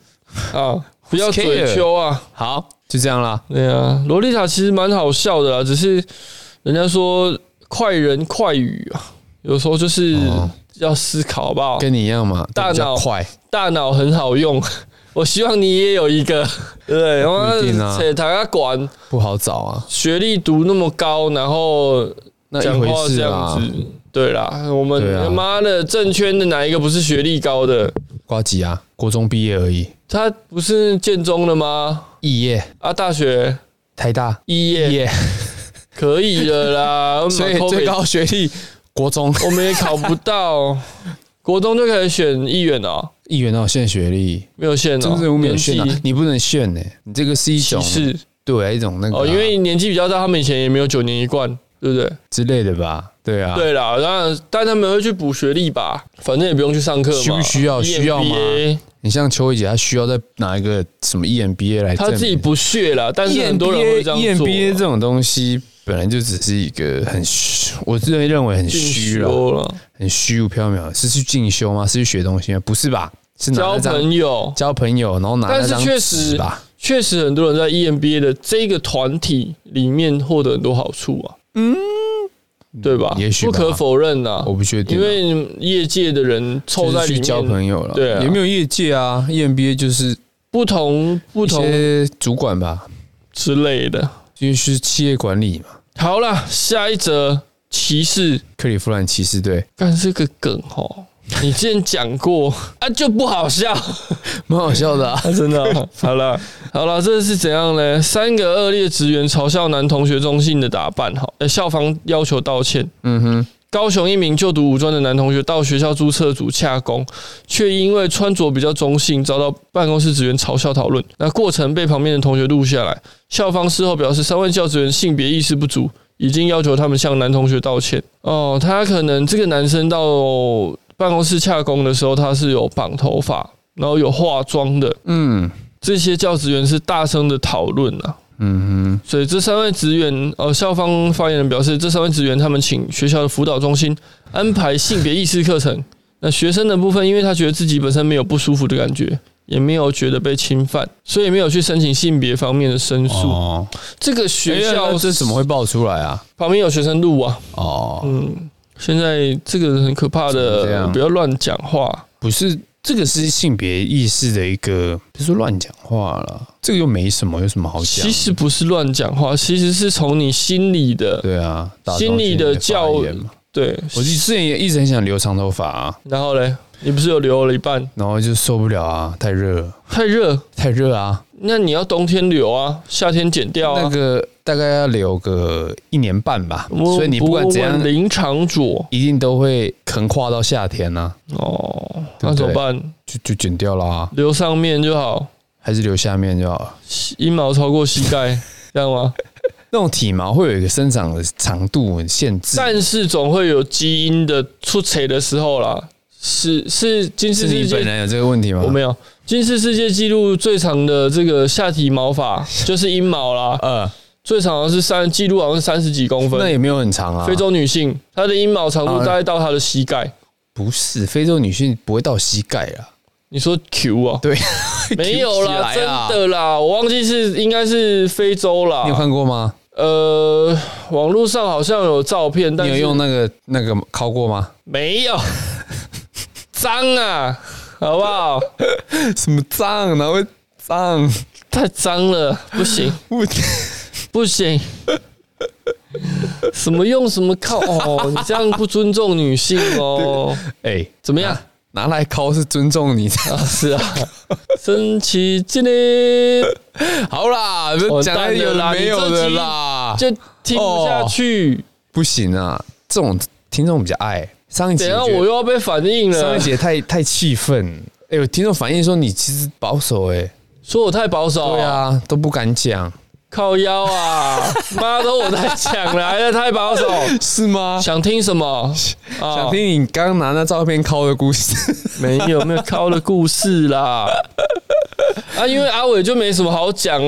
S1: 啊，不要
S2: Who's care？
S1: 嘴秋啊，
S2: 好，就这样啦。
S1: 对啊，洛丽塔其实蛮好笑的啦，啊只是人家说快人快语啊，有时候就是要思考，好不好？
S2: 哦跟你一样嘛，
S1: 大
S2: 都比较
S1: 脑
S2: 快，
S1: 大脑很好用，我希望你也有一个。 *laughs* 对，
S2: *laughs* 不一定啊
S1: 且他管
S2: 不好找啊，
S1: 学历读那么高，然后
S2: 那一
S1: 讲
S2: 回
S1: 话
S2: 事
S1: 这
S2: 啊
S1: 样。子，对啦，我们
S2: 对啊
S1: 他妈的政圈的哪一个不是学历高的？
S2: 瓜吉啊，国中毕业而已，
S1: 他不是建中的吗？
S2: 肄业，
S1: 啊，大学
S2: 台大
S1: 毕
S2: 肄
S1: 业嗯
S2: 业，
S1: 可以了
S2: *laughs*
S1: 啦，
S2: 所以
S1: 我们
S2: 最高学历国中
S1: 我们也考不到，国中就可以选议员哦，
S2: 议员那有限学历，
S1: 没有限哦，
S2: 政治人物没有限
S1: 年
S2: 啊
S1: 纪，
S2: 你不能炫呢，你这个是一
S1: 歧
S2: 种
S1: 视
S2: 对一种那个啊
S1: 哦，因为年纪比较大，他们以前也没有九年一贯，对不对？
S2: 之类的吧？对啊，
S1: 对啦，当然，但他们会去补学历吧，反正也不用去上课嘛。
S2: 需不需要
S1: EMBA
S2: 需要吗你像秋怡姐，她需要再拿一个什么 E EMBA 来证
S1: 他
S2: 明？
S1: 自己不屑啦，但
S2: E
S1: 是很多人会这样做。啊
S2: EMBA 这种东西本来就只是一个很虚，我自认为很
S1: 进
S2: 虚啊了，
S1: 修了，
S2: 很虚无缥缈。是去进修吗？是去学东西吗？不是吧？是拿
S1: 交
S2: 那张
S1: 朋友
S2: 交朋友，然后拿
S1: 但
S2: 那
S1: 是
S2: 张
S1: 确
S2: 纸
S1: 实
S2: 吧。
S1: 确实很多人在 E EMBA 的这个团体里面获得很多好处啊，嗯，对吧？
S2: 也许吧
S1: 不可否认呐
S2: 我，不确定
S1: 因
S2: 啊，
S1: 为你们业界的人凑
S2: 就
S1: 在
S2: 是
S1: 里
S2: 去交
S1: 面，
S2: 朋友了，
S1: 对啊
S2: 也没有业界啊，EMBA 就是
S1: 不同不
S2: 一
S1: 同
S2: 些主管吧，
S1: 之类的。
S2: 就是企业管理嘛，
S1: 好啦，下一则歧视
S2: 克利夫兰骑士队，
S1: 干是个梗
S2: *laughs*
S1: 哦。你之前讲过啊，就不好笑，
S2: 蛮好
S1: *laughs*
S2: 笑的啊。
S1: 真的、好了，好了，这是怎样呢？三个恶劣职员嘲笑男同学中性的打扮，好，呃，校方要求道歉。
S2: 嗯哼，
S1: 高雄一名就读五专的男同学到学校注册组洽工，却因为穿着比较中性，遭到办公室职员嘲笑讨论。那过程被旁边的同学录下来。校方事后表示，三位教职员性别意识不足，已经要求他们向男同学道歉。哦，他可能这个男生到办公室洽工的时候，他是有绑头发，然后有化妆的。
S2: 嗯
S1: 这些教职员是大声的讨论啊。
S2: 嗯
S1: 所以这三位职员，呃，校方发言人表示，这三位职员他们请学校的辅导中心安排性别意识课程。那学生的部分，因为他觉得自己本身没有不舒服的感觉，也没有觉得被侵犯，所以也没有去申请性别方面的申
S2: 哼，
S1: 诉。
S2: 哦。
S1: 这个学校
S2: 哎这怎么会爆出来啊？
S1: 旁边有学生录啊？
S2: 哦，
S1: 嗯，现在这个很可怕
S2: 怎么这
S1: 的，
S2: 样
S1: 不要乱讲话。
S2: 不是，这个是性别意识的一个，不是乱讲话了，这个又没什么，有什么好讲？
S1: 其实不是乱讲话，其实是从你心里的
S2: 对啊，打中
S1: 心理的
S2: 心发
S1: 教
S2: 言嘛。
S1: 对，
S2: 我之前也一直很想留长头发啊，
S1: 然后嘞，你不是有留了一半？
S2: 然后就受不了啊，太热 *laughs* 了，
S1: 太热，
S2: 太热啊，
S1: 那你要冬天留啊，夏天剪掉啊。
S2: 那个大概要留个一年半吧，
S1: 我
S2: 所以你不管怎样
S1: 我，林长佐
S2: 一定都会横跨到夏天呢、
S1: 哦，
S2: 对不对
S1: 那怎么办？
S2: 就就剪掉啦、
S1: 留上面就好，
S2: 还是留下面就好了。
S1: 阴毛超过膝
S2: *laughs*
S1: 盖，这样吗？
S2: 那种体毛会有一个生长的长度限制，
S1: 但是总会有基因的出彩的时候啦。是是，金
S2: 是
S1: 氏世
S2: 你本
S1: 界
S2: 人有这个问题吗？
S1: 我没有，金氏世界纪录最长的这个下体毛发
S2: *laughs*
S1: 就是阴毛啦，
S2: 呃，
S1: 最长的是三记录好像是三十几公
S2: 那
S1: 分。
S2: 也没有很长啊。
S1: 非洲女性，她的阴毛长度
S2: 啊
S1: 大概到她的膝盖。
S2: 不是非洲女性不会到膝盖啊，
S1: 你说 Q 啊？ *laughs*
S2: 对，
S1: 没有啦，
S2: 起
S1: 真
S2: 来啊。
S1: 的啦，我忘记是应该是非洲
S2: 你有
S1: 啦。
S2: 看过吗？
S1: 呃，网络上好像有照片，但
S2: 你有
S1: 是
S2: 用那个那个敲过吗？
S1: 没有脏啊，好不好？
S2: 什么脏？哪会脏？
S1: 太脏了，不
S2: *laughs*
S1: 行
S2: 我
S1: 不行。什么用什么靠哦，你这样不尊重女性哦？
S2: *laughs* 哎、
S1: 怎么样啊
S2: 拿来敲是尊重你。
S1: 是啊，升旗敬礼，
S2: *laughs* 好啦，不
S1: 完
S2: 讲
S1: 蛋
S2: 的
S1: 了
S2: 有
S1: 啦
S2: 的没
S1: 你
S2: 有
S1: 这
S2: 的
S1: 集
S2: 啦，
S1: 就听不下
S2: 哦
S1: 去。
S2: 不行啊！这种听众比较爱。上一集
S1: 等一下
S2: 我
S1: 我
S2: 觉得
S1: 又要被反应
S2: 上
S1: 了
S2: 一，节
S1: *laughs*
S2: 太太气愤，哎、有听众反映说你其实保守、欸，
S1: 说我太保守。
S2: 对，啊，都不敢讲，
S1: 靠腰
S2: *laughs*
S1: 啊！妈的，我在抢来了，太保守。
S2: 是吗？
S1: 想听什么？啊
S2: 想听你刚刚拿那照片拷的故事， *laughs*
S1: 没有没有靠的故事啦。啊，因为阿伟就没什么好讲，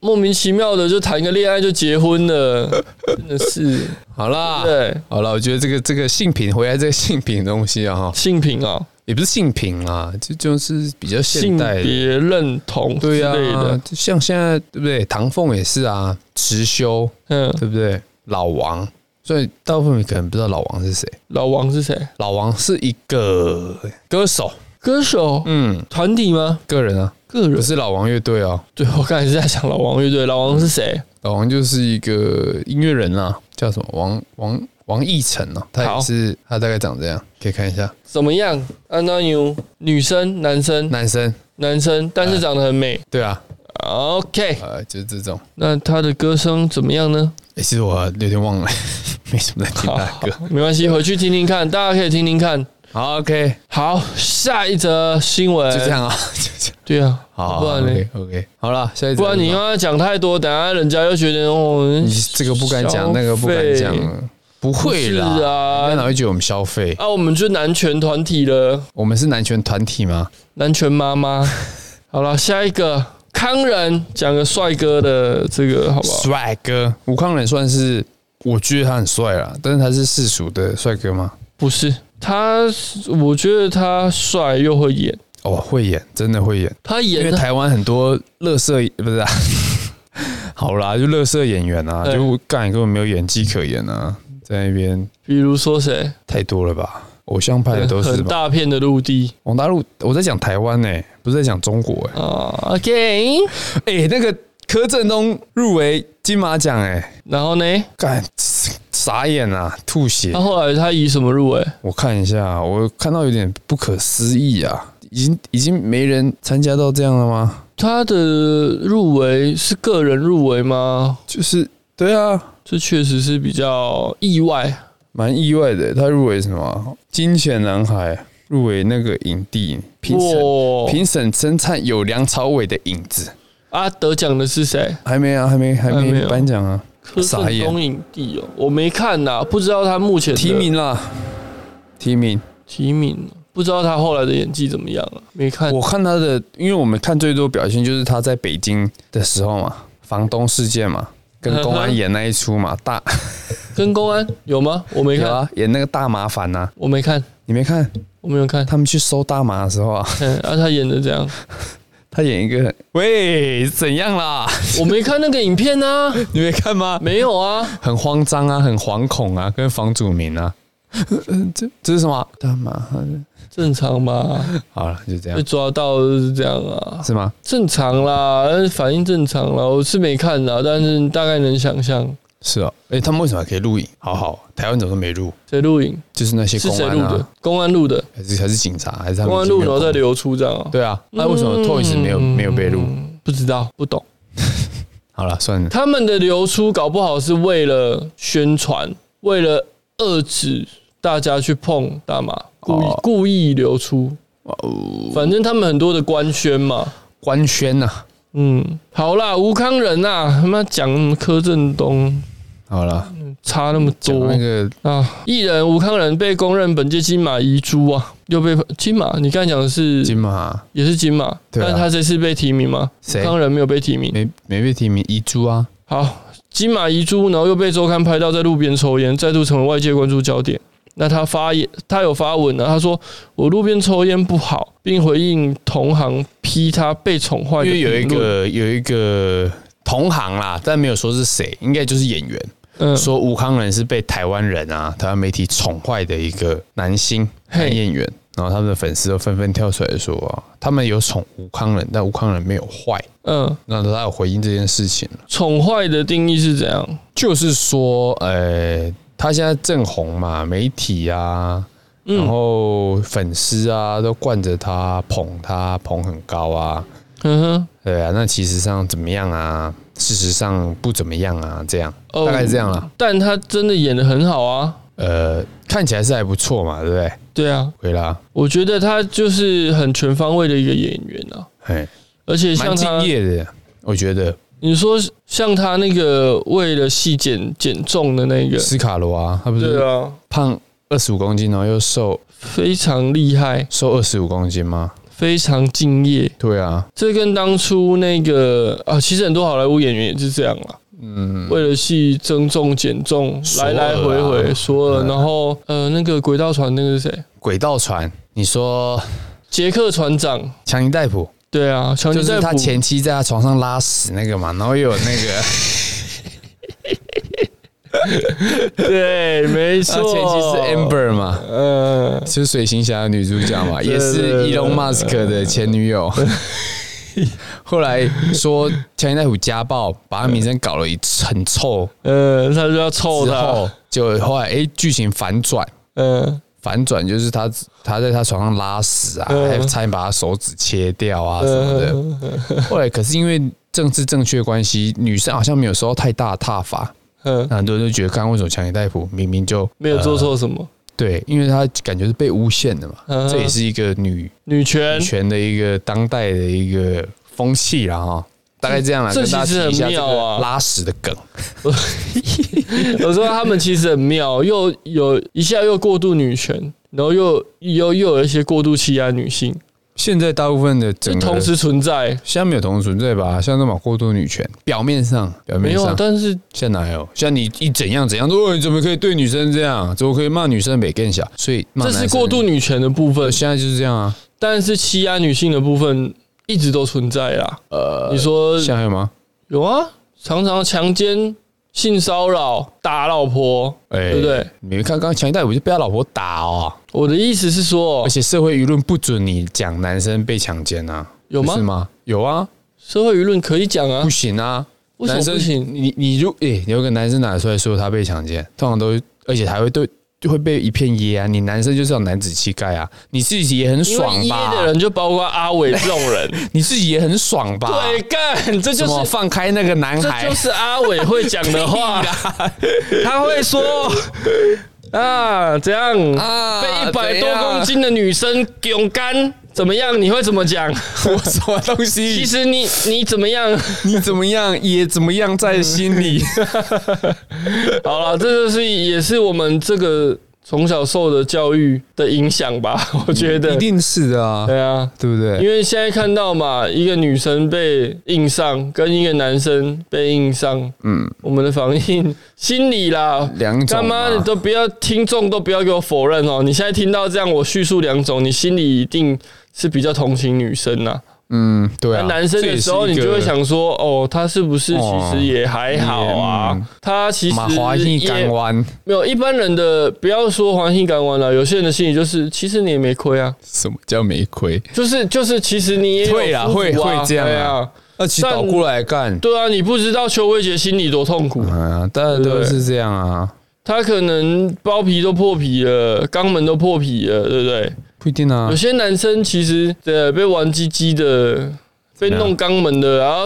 S1: 莫名其妙的就谈个恋爱就结婚了，真的是
S2: 好啦，
S1: 对
S2: 好了，我觉得这个这个性品，回来这个性品的东西啊，哈，
S1: 性平啊、
S2: 也不是性品啊，这就是比较现
S1: 性
S2: 代的，
S1: 别认同之
S2: 对
S1: 类
S2: 啊
S1: 的，，
S2: 就像现在对不对？唐凤也是啊，直修
S1: 嗯，
S2: 对不啊对？老王，所以大部分人可能不知道老王是谁，
S1: 老王是谁？
S2: 老王是一个歌手，
S1: 歌手
S2: 嗯，
S1: 团体吗？
S2: 个人啊，
S1: 个
S2: 不
S1: 人？
S2: 是老王乐队哦，
S1: 对，我刚才是在想老王乐队，老王是谁？
S2: 老王就是一个音乐人啊，叫什么王王王奕晨哦，他也
S1: 好
S2: 是他大概长这样，可以看一下，
S1: 怎么样？安娜牛，女生、男生、
S2: 男生，
S1: 男生，但是长得很美。
S2: 对啊，
S1: OK，
S2: 呃，就是这种。
S1: 那他的歌声怎么样呢？
S2: 哎、其实我有点忘了， *laughs* 没什么在听他的歌。
S1: 没关系，回去听听看，大家可以听听看。
S2: 好，OK，
S1: 好，下一则新闻
S2: 就这。样啊，就这样。
S1: 对啊，
S2: 好，
S1: 不然呢？
S2: OK，OK，、好了，下一次。
S1: 不然你刚刚讲太多，等下人家又觉得哦，
S2: 你这个不敢
S1: 消
S2: 讲，那个不敢
S1: 费
S2: 讲，不会啦，
S1: 不是
S2: 人
S1: 啊
S2: 家哪会觉得我们消费？
S1: 啊，我们就男权团体了，
S2: 我们是男权团体吗？
S1: 男权妈
S2: *laughs*
S1: 妈。好了，下一个康仁讲个帅哥的这个好不好？
S2: 帅哥，吴康仁算是，我觉得他很帅啦，但是他是世俗的帅哥吗？
S1: 不是他，我觉得他帅又会演，
S2: 哦，会演，真的会演，
S1: 他
S2: 因为
S1: 演
S2: 台湾很多乐色不 *laughs* 是、啊，好啦，就乐色演员啊，
S1: 对
S2: 就干根本没有演技可言啊，在那边
S1: 比如说谁？
S2: 太多了吧？偶像派哎的都是
S1: 很
S2: 吧？
S1: 大片的陆地
S2: 王大陆，我在讲台湾呢、欸不是在讲中国哎、
S1: 啊，OK，
S2: 欸。 *laughs* 哎、那个柯震东入围金马奖哎、
S1: 然后呢？
S2: 干傻眼啊，吐血！
S1: 他后来他以什么入围？
S2: 我看一下，我看到有点不可思议啊，已经已经没人参加到这样了吗？
S1: 他的入围是个人入围吗？
S2: 就是对啊，
S1: 这确实是比较意外。
S2: 蛮意外的。他入围什么啊？金钱男孩入围那个影帝，评审
S1: 哇
S2: 评审称赞有梁朝伟的影子，
S1: 啊，得奖的是谁？
S2: 还没啊，还没还
S1: 还没
S2: 没
S1: 有
S2: 颁奖啊，
S1: 柯
S2: 傻
S1: 震
S2: 眼，
S1: 东影帝哦，我没看呐、不知道他目前的
S2: 提名啦，提名。
S1: 提名，不知道他后来的演技怎么样啊？没看
S2: 我看他的，因为我们看最多表现就是他在北京的时候嘛，房东事件嘛，跟公安演那一
S1: *laughs*
S2: 出嘛，大
S1: 跟公安有吗？我没
S2: 有
S1: 看，
S2: 啊，演那个大麻烦呐、啊
S1: 我没看，
S2: 你没看
S1: 我没有
S2: *laughs*
S1: 看。
S2: 他们去收大麻的时候啊，
S1: 嗯，啊，他演的怎样？
S2: 他演一个喂怎样啦？
S1: 我没看那个影片啊，
S2: 你没看吗？
S1: 没有啊，
S2: 很慌张啊，很惶恐啊，跟房祖名啊，
S1: 呃
S2: 嗯这这是什么大麻？
S1: 正常吧？
S2: *laughs* 好了，就这
S1: 被
S2: 样
S1: 抓到就是这样啊，
S2: 是吗？
S1: 正常啦，反应正常啦。我是没看啦，但是大概能想象。
S2: 是啊，哎，他们为什么还可以录影？好好，台湾怎么都没录？
S1: 谁录影？
S2: 就是那些
S1: 是
S2: 公
S1: 谁
S2: 安
S1: 录的
S2: 啊，？
S1: 公安录的，
S2: 还是还是警察，还是他们
S1: 公安
S2: 已经
S1: 录
S2: 没
S1: 然后
S2: 有
S1: 再
S2: 空
S1: 流出这样哦。
S2: 对啊，那为什么 Toys 没有没有被录？
S1: 不知道，不懂。
S2: 好了，算了，
S1: 他们的流出搞不好是为了宣传，为了遏制大家去碰大麻，故意、
S2: 哦
S1: 故意流出。反正他们很多的官宣嘛。
S2: 官宣啊呐、
S1: 嗯，好啦，吴康仁呐、啊，他妈讲什么柯震东
S2: 好了，
S1: 差那么
S2: 讲
S1: 多
S2: 那个
S1: 啊！艺人吴康仁被公认本届金马遗珠啊，又被金马，你刚才讲的是
S2: 金马
S1: 也是金马，
S2: 对啊
S1: 但他这次被提名吗？
S2: 谁
S1: 康仁没有被提名。
S2: 没没被提名遗珠啊，
S1: 好，金马遗珠，然后又被周刊拍到在路边抽烟，再度成为外界关注焦点。那他发言，他有发文啊，他说我路边抽烟不好，并回应同行批他被宠坏的
S2: 因为
S1: 评
S2: 有
S1: 论。
S2: 一个有一个同行啦，但没有说是谁，应该就是演员，
S1: 嗯
S2: *laughs* 说吴康仁是被台湾人啊，台湾媒体宠坏的一个男星
S1: 嘿
S2: 男演员。然后他们的粉丝都纷纷跳出来说啊，他们有宠吴康仁，但吴康仁没有坏。
S1: 嗯，
S2: 那他有回应这件事情，
S1: 宠坏的定义是怎样？
S2: 就是说，呃，他现在正红嘛，媒体啊，然后粉丝啊都惯着他，捧他，捧很高啊，
S1: 嗯哼，
S2: 对啊。那其实上怎么样啊？事实上不怎么样啊，这样、
S1: 哦
S2: 大概是这样啦。
S1: 但他真的演的很好啊。
S2: 呃，看起来是还不错嘛，对不对？
S1: 对啊，
S2: 回啦，
S1: 我觉得他就是很全方位的一个演员啊，
S2: 哎，
S1: 而且像
S2: 蛮
S1: 他
S2: 敬，业的，我觉得
S1: 你说像他那个为了戏减减重的那个，
S2: 斯卡罗啊，他不
S1: 对
S2: 是
S1: 啊，
S2: 胖二十五公斤，然后又瘦
S1: 非常厉害，
S2: 瘦二十五公斤吗？
S1: 非常敬业。
S2: 对啊，
S1: 这跟当初那个啊，其实很多好莱坞演员也是这样啦。嗯，为了戏增重减重，
S2: 索尔
S1: 来
S2: 啊
S1: 来回回说了，然后呃，那个轨道船那个是谁？
S2: 轨道船，你说
S1: 杰克船长，
S2: 强尼戴普，
S1: 对啊，强尼
S2: 就是
S1: 戴
S2: 他
S1: 普，
S2: 前妻在他床上拉屎那个嘛，然后又有
S1: *laughs*
S2: 那个
S1: *laughs* 对，没错，
S2: 他前妻是 Amber 嘛，
S1: 嗯，
S2: 是水行侠的女主角嘛，也是
S1: 对对
S2: Elon Musk 的前女友。 *laughs* 后来说强尼戴普家暴，把他名声搞了一很臭，
S1: 呃，他就要臭
S2: 之后
S1: 他，
S2: 就后来哎剧情反转，
S1: 嗯，
S2: 反转就是他他在他床上拉屎啊，
S1: 嗯
S2: 还差点把他手指切掉啊什么的。后来可是因为政治正确关系，女生好像没有受到太大的挞伐，
S1: 嗯，
S2: 那很多人就觉得，刚刚为什么强尼戴普明明就
S1: 没有做错什么，
S2: 对，因为他感觉是被诬陷的嘛，
S1: 嗯
S2: 这也是一个女
S1: 女权
S2: 女，权的一个当代的一个风气啦哈。大概这样啦，
S1: 这
S2: 跟大家
S1: 其实
S2: 提一下
S1: 很
S2: 这
S1: 妙
S2: 个
S1: 啊
S2: 拉屎的梗。
S1: 我说他们其实很妙，又有一下又过度女权，然后又又又有一些过度欺压女性，
S2: 现在大部分的
S1: 这
S2: 整个
S1: 同时存在。
S2: 现在没有同时存在吧？现在都蛮过度女权，表面上表
S1: 没
S2: 面
S1: 有啊
S2: 上，，
S1: 但是
S2: 现在哪有？像你一怎样怎样，哦，你怎么可以对女生这样？怎么可以骂女生美更小？所以骂
S1: 这
S2: 男
S1: 是
S2: 生
S1: 过度，女权的部分，
S2: 现在就是这样啊。
S1: 但是欺压女性的部分一直都存在啦。呃，你说
S2: 现在还有吗？
S1: 有啊？常常强奸、性骚扰、打老婆，
S2: 哎
S1: 对不对？
S2: 你没看刚刚强尼戴普就被他老婆打哦。
S1: 我的意思是说
S2: 而，且社会舆论不准你讲男生被强奸啊，
S1: 有吗
S2: 不是吗？有啊，
S1: 社会舆论可以讲啊
S2: 不，行啊，
S1: 为什么
S2: 男生
S1: 不行
S2: 你你如诶、有个男生拿出来说他被强奸，通常都而且还会对就会被一片噎啊，你男生就是要男子气概啊，你自己也很
S1: 因为
S2: 爽
S1: 噎
S2: 吧？
S1: 的人就包括阿伟这种人，
S2: 你自己也很爽吧？
S1: 对，干，这就
S2: 啊什么
S1: 是
S2: 放开那个男
S1: 这
S2: 孩
S1: 就？是阿伟会讲的
S2: *laughs*
S1: 话，他会说啊，怎样
S2: 啊
S1: 被一百
S2: 怎
S1: 多
S2: 样
S1: 公斤的女生勇敢怎么样？你会怎么讲？
S2: 我什么东
S1: 其
S2: 西？
S1: 实你你怎么样？ *laughs*
S2: 你怎么样也怎么样在心里？
S1: 好了，这就是也是我们这个从小受的教育的影响吧，我觉得
S2: 一。定是的啊，
S1: 对啊，
S2: 对不对？
S1: 因为现在看到嘛，一个女生被硬上，跟一个男生被硬上，嗯，我们的反应心理啦，
S2: 两种
S1: 干妈，你
S2: 嘛
S1: 都不要听众都不要给我否认哦！你现在听到这样我叙述两种，你心里一定是比较同情女生呐、
S2: 嗯，对
S1: 那
S2: 啊，
S1: 男生的时候，
S2: 这也
S1: 你
S2: 是一
S1: 就
S2: 个
S1: 会想说，哦，他是不是其实也还好啊？
S2: 哦也嗯
S1: 他其实
S2: 马华一
S1: 也
S2: 干弯，
S1: 没有一般人的，不要说黄性感完了，有些人的心里就是，其实你也没亏啊，
S2: 什么叫没亏？
S1: 就是就是，其实你也有
S2: 会啦
S1: 舒服
S2: 会会这样啊
S1: 对啊，
S2: 那其实
S1: 但
S2: 倒过来干，
S1: 对啊，你不知道邱威杰心里多痛苦，
S2: 啊，大家都是这样啊，
S1: 他可能包皮都破皮了，肛门都破皮了，对不对？
S2: 不一定啊
S1: 有，些男生其实对被玩鸡鸡的，被
S2: 么样
S1: 弄肛门的，然后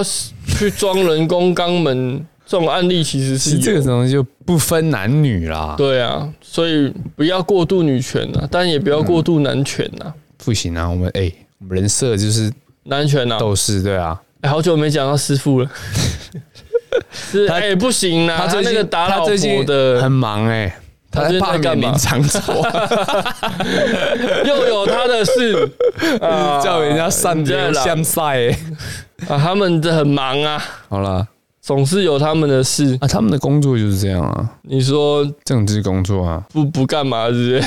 S1: 去装人工肛门，这种案例其实是
S2: 其实
S1: 有
S2: 这个东西就不分男女啦，
S1: 对啊，所以不要过度女权啊，但也不要
S2: 嗯
S1: 过度男权啊，
S2: 不行啊，我们哎，我们人设就是
S1: 男权啊，
S2: 斗士，对啊，
S1: 哎、好久没讲到师
S2: *laughs*
S1: 傅了。是
S2: 他
S1: 哎、不行啦，他
S2: 最近
S1: 那个打老
S2: 他
S1: 婆
S2: 最近
S1: 的
S2: 很忙哎，
S1: 他
S2: 他
S1: 最
S2: 在
S1: 近在
S2: 罢
S1: 干
S2: 免
S1: 嘛
S2: 林长啊佐，
S1: 又有他的事啊
S2: 叫人家上
S1: 这样
S2: 流
S1: 啦
S2: 向赛哎。
S1: 啊，他们很忙啊，
S2: 好啦，
S1: 总是有他们的事。
S2: 啊，他们的工作就是这样啊，
S1: 你说
S2: 政治工作啊，
S1: 不不干嘛是不是？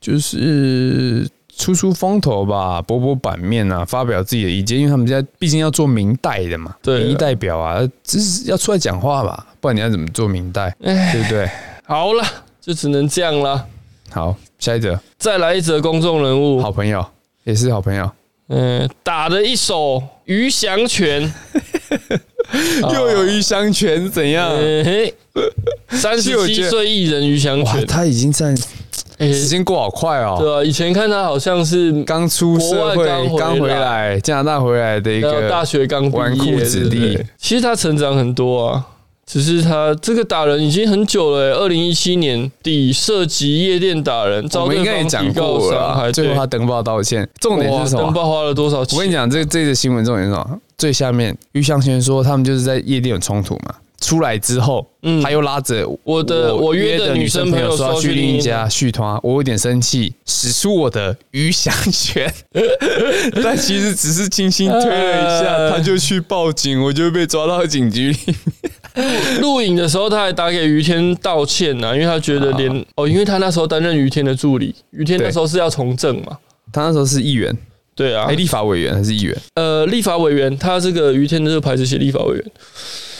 S2: 就是出出风头吧，博博版面啊，发表自己的意见，因为他们现在毕竟要做明代的嘛，
S1: 对啊
S2: 民意代表啊，只是要出来讲话吧，不然你要怎么做明代，对不对？
S1: 好了，就只能这样啦。
S2: 好，下一则，
S1: 再来一则公众人物，
S2: 好朋友也是好朋友，
S1: 嗯、打了一手鱼翔拳，哦
S2: 又有余香泉怎样
S1: 嗯嘿，三
S2: 其实
S1: 十
S2: 我
S1: 七
S2: 觉得
S1: 岁艺人鱼翔
S2: 哇
S1: 拳，，
S2: 啊他已经在
S1: 哎、
S2: 时间过好快哦，
S1: 对啊，以前看他好像是
S2: 刚出社
S1: 国外
S2: 会
S1: 刚回来，
S2: 刚回来加拿大回来的一
S1: 呃
S2: 个
S1: 大学刚毕
S2: 纨
S1: 业
S2: 绔子弟
S1: 对不对其实他成长很多啊，只是他这个打人已经很久了、欸，二零一七年底涉及夜店打人，
S2: 我
S1: 遭
S2: 们应
S1: 对
S2: 该也
S1: 方
S2: 讲
S1: 提告
S2: 过
S1: 伤害，
S2: 了，啊最后
S1: 对
S2: 他登报道歉。重点
S1: 哇
S2: 是什
S1: 登
S2: 么？啊
S1: 报花了多少钱？
S2: 我跟你讲，这这个新闻重点是什么？最下面于向先说他们就是在夜店有冲突嘛，出来之后，
S1: 嗯
S2: 他又拉着
S1: 我的我约的女
S2: 女
S1: 生
S2: 生
S1: 朋友
S2: 说要
S1: 说
S2: 去
S1: 去
S2: 另
S1: 另一
S2: 一家续团，啊我有点生气，使出我的于翔拳， *laughs* 但其实只是轻轻推了一
S1: 呃
S2: *laughs* 下，他就去报警，我就被抓到警局里。
S1: 录影的时候，他还打给于天道歉呐、啊，因为他觉得连、哦，因为他那时候担任于天的助理，于天那
S2: 对
S1: 时候是要从政嘛，
S2: 他那时候是议员，
S1: 对啊
S2: 哎，，立法委员还是议员？
S1: 呃，立法委员，他这个于天的这个牌子写立法委员，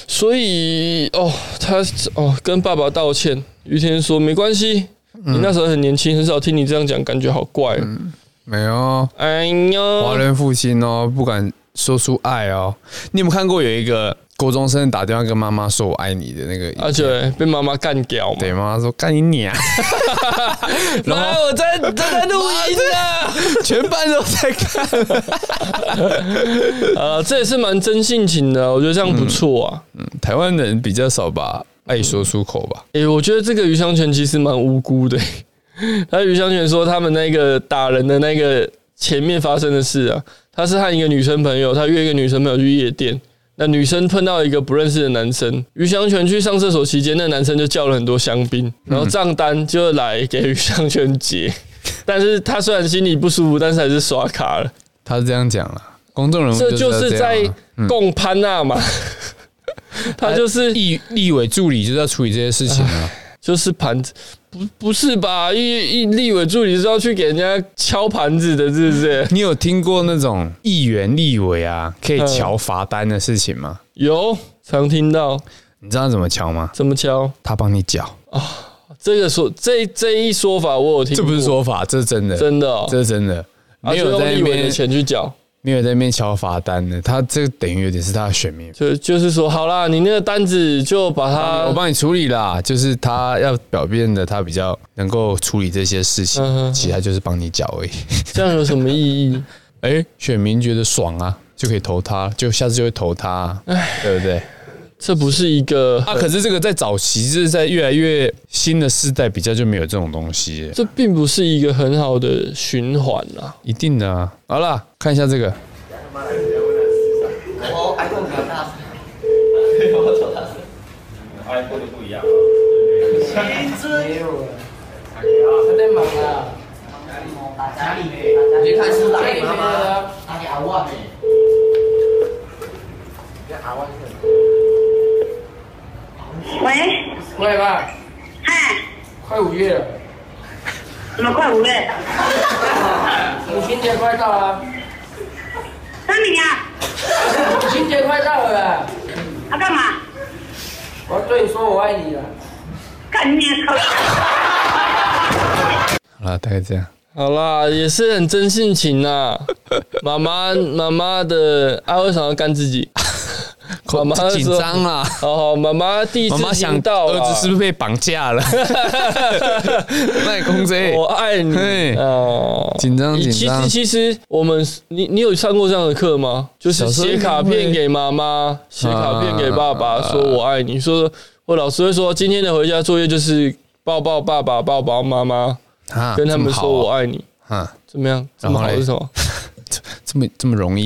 S1: 所以哦，他哦跟爸爸道歉，于天说没关系，
S2: 嗯
S1: 你那时候很年轻，很少听你这样讲，感觉好怪哦、
S2: 没有，
S1: 哎
S2: 华
S1: 呦，
S2: 人父亲哦，不敢说出爱哦。你有没有看过有一个国中生打电话跟妈妈说“我爱你”的那个影片？
S1: 而且啊被妈妈干掉嘛，
S2: 对，妈妈说干你娘， *laughs* 然
S1: 妈，
S2: 后
S1: 我在正在录音啊。
S2: *laughs* 全班都在看。
S1: *laughs* 呃，这也是蛮真性情的，啊我觉得这样不错啊。
S2: 台湾人比较少把爱说出口吧？
S1: 诶、欸我觉得这个于香泉其实蛮无辜的、欸 *laughs* 他于香泉说他们那个打人的那个前面发生的事啊，他是和一个女生朋友，他约一个女生朋友去夜店。那女生碰到一个不认识的男生，于香泉去上厕所期间，那男生就叫了很多香槟，然后账单就来给于香泉结。但是他虽然心里不舒服，但是还是刷卡了。
S2: 他是这样讲了，公众人物
S1: 这就
S2: 要
S1: 是
S2: 这
S1: 在
S2: 样啊
S1: 共攀纳嘛， *laughs* 他就是
S2: 立立委助理就是要处理这些事情啊。
S1: 就是盘子，不不是吧？一一立委助理是要去给人家敲盘子的，是不是？*laughs*
S2: *laughs* 你有听过那种议员、立委啊可以瞧罚单的事情吗？
S1: 有常听到
S2: 你知道怎么瞧吗？
S1: 怎么敲？
S2: 他帮你缴，
S1: 这个说这这一说法我有听
S2: 这
S1: 过，
S2: 不是说法，这是真的，
S1: 真的、哦，
S2: 这是真的。
S1: 啊
S2: 没
S1: 就
S2: 有
S1: 用
S2: 在
S1: 立
S2: 那
S1: 委的
S2: 边，
S1: 钱去缴，
S2: 没有在那边敲罚单的，他这个等于有点是他的选民
S1: 就就是说，好啦，你那个单子就把
S2: *laughs* 我
S1: 它，
S2: 帮你处理啦，就是他要表变的，他比较能够处理这些事情，
S1: 嗯
S2: 其他就是帮你缴 *laughs* 而已。
S1: 这样有什么意义？
S2: 哎、选民觉得爽啊，就可以投他，就下次就会投他、啊对不对？
S1: 这不是一个
S2: 啊，可是这个在早期，就是在越来越新的世代比较就没有这种东西，
S1: 这并不是一个很好的循环啊！
S2: 一定的啊。好啦，看一下这个，
S3: iPhone 都不一样。
S4: 他在忙啊。
S5: 哪里？你看是哪里妈妈？哪里阿旺呢？
S6: 喂，
S4: 喂爸，
S6: 嗨，
S4: 快五月了，
S6: 怎么快五月？
S4: 母亲节快到了，
S6: 那你啊，啊
S4: 说我爱 *laughs* 你了。啊
S6: 干你头！
S2: 好了，大概这样。
S1: 好啦，也是很真性情呐。妈妈，妈妈的，啊，为什么要干自己？妈妈
S2: 紧
S1: 说
S2: 张啦，
S1: 好好，妈妈第一次
S2: 妈妈想
S1: 听到啊啦
S2: 儿子是不是被绑架 *laughs* 了？
S1: *laughs*
S2: 卖公仔，
S1: 我爱你
S2: 哎嘿
S1: 哦，
S2: 紧张
S1: 你
S2: 紧张
S1: 其实其实我们你你有上过这样的课吗？就是
S2: 小时候
S1: 写卡片给妈妈，写卡片给爸爸，
S2: 啊
S1: 说我爱你。说或老师会说今天的回家作业就是抱抱爸爸，抱抱妈妈，
S2: 啊
S1: 跟他们说我
S2: 爱
S1: 爱你，
S2: 啊，
S1: 怎么样？这
S2: 然
S1: 么
S2: 后嘞
S1: 好是什么？
S2: 这么这么容易